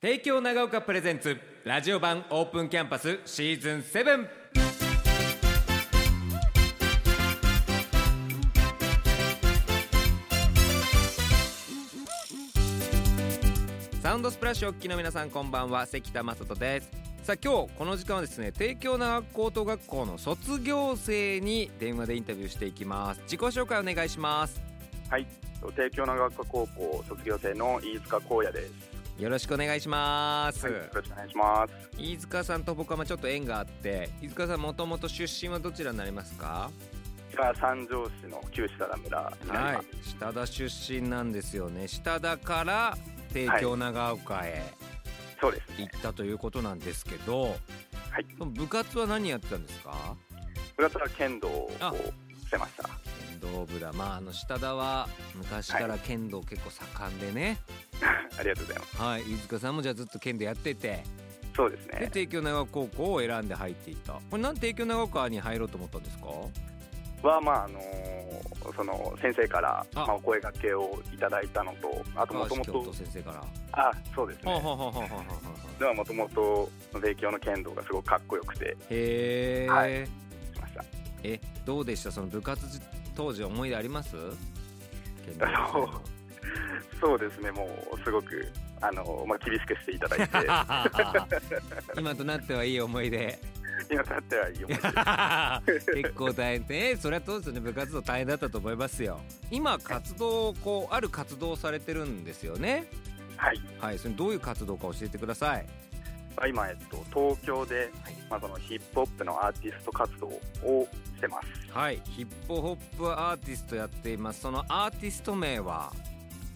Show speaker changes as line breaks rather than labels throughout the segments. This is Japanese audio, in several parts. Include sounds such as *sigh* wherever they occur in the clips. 帝京長岡プレゼンツラジオ版オープンキャンパスシーズン7サウンドスプラッシュお聞きの皆さんこんばんは関田正人ですさあ今日この時間はですね帝京長岡高等学校の卒業生に電話でインタビューしていきます自己紹介お願いします
はい、帝京長岡高校卒業生の飯塚光也です。
よろしくお願いします、
はい、よろしくお願いします。
飯塚さんと僕はまあちょっと縁があって飯塚さんもともと出身はどちらになりますか
こちら三条市の旧下田村になります。
い下田出身なんですよね下田から帝京長岡へ
そうです
行
ね。
ったということなんですけど、
はい、
部活は何やってたんですか
部活は剣道を
あ
してました。 *laughs*
剣道部だまああの下田は昔から剣道結構盛んでね、
ありがとうございます。
はい飯塚さんもじゃあずっと剣道やってて
そうです
で
ね。
帝京長岡高校を選んで入っていったこれなんで帝京長岡に入ろうと思ったんですか
はまああのーその先生から
あ
まあお声掛けをいただいたのと、あともと
高
も
橋京
と
都先生から。
あそうです
はあは
ね。
あはあはあはあはあ
ではもともと帝京の剣道がすごくかっこよくて
へえ、
はいしました。 *laughs*
えどうでしたその部活時当時思い出あります剣道
あのそうですね。もうすごくあのーまあ厳しくしていただいて
*laughs* 今となってはいい思い出
*laughs* 今となってはいい思い出です。
結構大変で、えそれは当時の部活動大変だったと思いますよ今活動こうある活動をされてるんですよね
はい。
はいそれどういう活動か教えてください
今、えっと、東京で、まあ、そのヒップホップのアーティスト活動をしてます
はいヒップホップアーティストやっていますそのアーティスト名は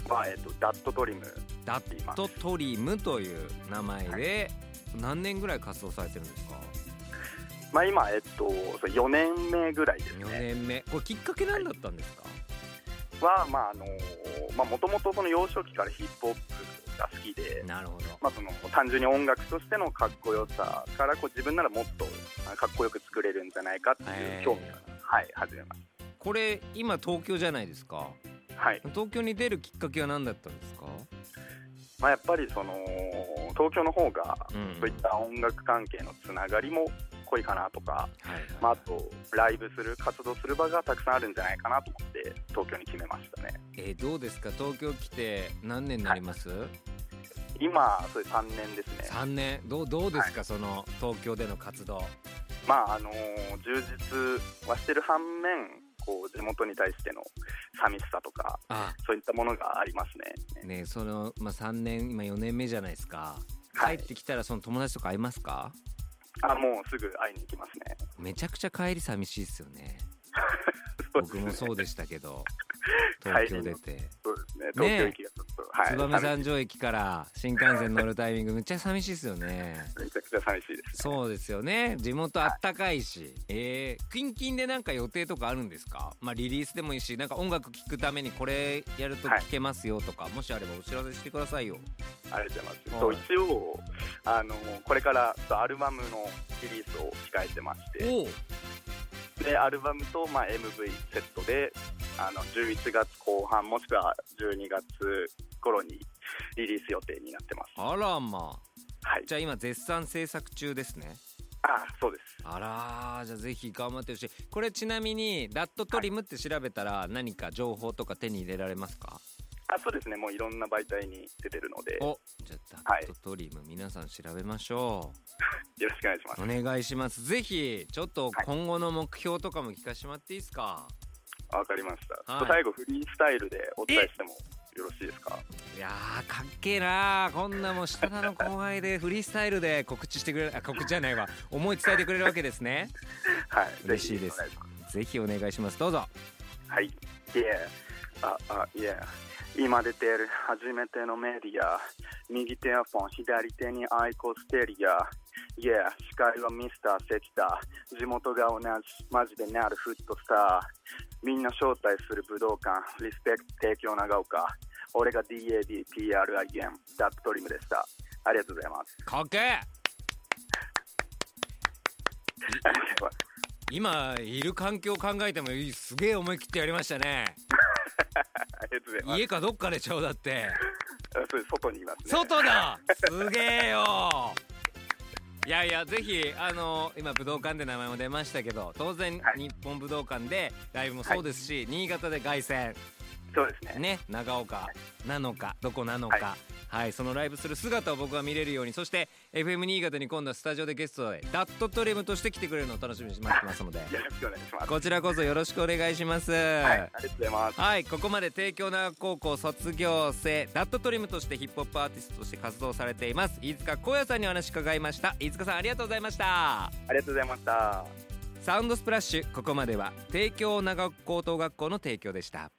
は、えっと、ダットトリム
ダットトリムという名前で何年ぐらい活動されてるんですか
まあ今えっとそう4年目ぐらいです
4
ね
年目これきっかけなんだったんですか、
はまああのまあもともとその幼少期からヒップホップが好きで、
なるほど
まあ、その単純に音楽としてのかっこよさからこう自分ならもっとあかっこよく作れるんじゃないかって
へ
い
ー
う興味が、はい、始めまし
これ今東京じゃないですか
た、はい
東京に出るきっかけは何だったんですか、
まあ、やっぱりその東京の方が
うんうん
そういった音楽関係のつながりも濃いかなとか
はいはい
まあ、あとライブする活動する場がたくさんあるんじゃないかなと思って東京に決めましたね
えーどうですか東京来て何年になります、
今それ3年ですね
三3年どうどうですか、その東京での活動
まああのー充実はしてる反面こう地元に対しての寂しさとか
あ
そういったものがありますね
ねその、まあ、3年今4年目じゃないですか
は
帰
い
ってきたらその友達とか会いますか
あもうすぐ会いに行きますね
めちゃくちゃ帰り寂しいですよね
そうです
僕
ね
もそうでしたけど
はい
東京出て。
そうですね
ね
東京行きがちょっと、
燕
はい
三条駅から新幹線乗るタイミングめっちゃ寂しいですよね
めちゃくちゃ寂しいです
そうですよね地元あったかいしえー、キンキンでなんか予定とかあるんですかまあリリースでもいいしなんか音楽聴くためにこれやると聴けますよとか、もしあればお知らせしてくださいよ
ありがとうございます、
はい
そう一応あのーこれからちょっとアルバムのリリースを控えてまして
お
でアルバムと、まあ、MV セットであの11月後半もしくは12月頃にリリース予定になってます
あらまあ
はい
じゃあ今絶賛制作中ですね
あそうです
あらーじゃあぜひ頑張ってほしいこれちなみにダットトリムって調べたら何か情報とか手に入れられますか、
あそうですねもういろんな媒体に出てるので
おじゃあダットトリム、皆さん調べましょう
よろしくお願いします
お願いしますぜひちょっと
はい
今後の目標とかも聞かせてもらっていいですか
わかりました、
はい
最後フリースタイルでお伝えしてもよろしいですか
いやーかっけえなーこんなもう下田の後輩でフリースタイルで告知してくれるあ告知じゃないわ思い伝えてくれるわけですね
はい
嬉しいで
ぜひ
す
お願いしま
ぜひお願いしますどうぞ
すはいいえああいえ今出てる初めてのメディア右手はフォン左手にアイコステリア Yeah 司会はミスター関田地元が同じマジでなるフットスターみんな招待する武道館リスペクト提供長岡俺が DADPRIM ダップトリムでしたありがとうござい
*laughs*
ます
かっけえ今いる環境を考えてもいいすげえ思い切ってやりましたね
ありがとうございます
家かどっかでちゃうだって
あそう外にいますね
外だすげえよいやいやぜひあの今武道館で名前も出ましたけど当然、
はい
日本武道館でライブもそうですし、新潟で凱旋
*laughs* そうですね
ね長岡なのかどこなのかはい、そのライブする姿を僕は見れるようにそして FM 新潟に今度はスタジオでゲストでダットトリムとして来てくれるのを楽しみに待ってますので
よろしくお願いします
こちらこそよろしくお願いします。
はいありがとうございます
はいここまで帝京長岡高校卒業生ダットトリムとしてヒップホップアーティストとして活動されています飯塚浩也さんにお話伺いました飯塚さんありがとうございました
ありがとうございました
サウンドスプラッシュここまでは帝京長岡高等学校の提供でした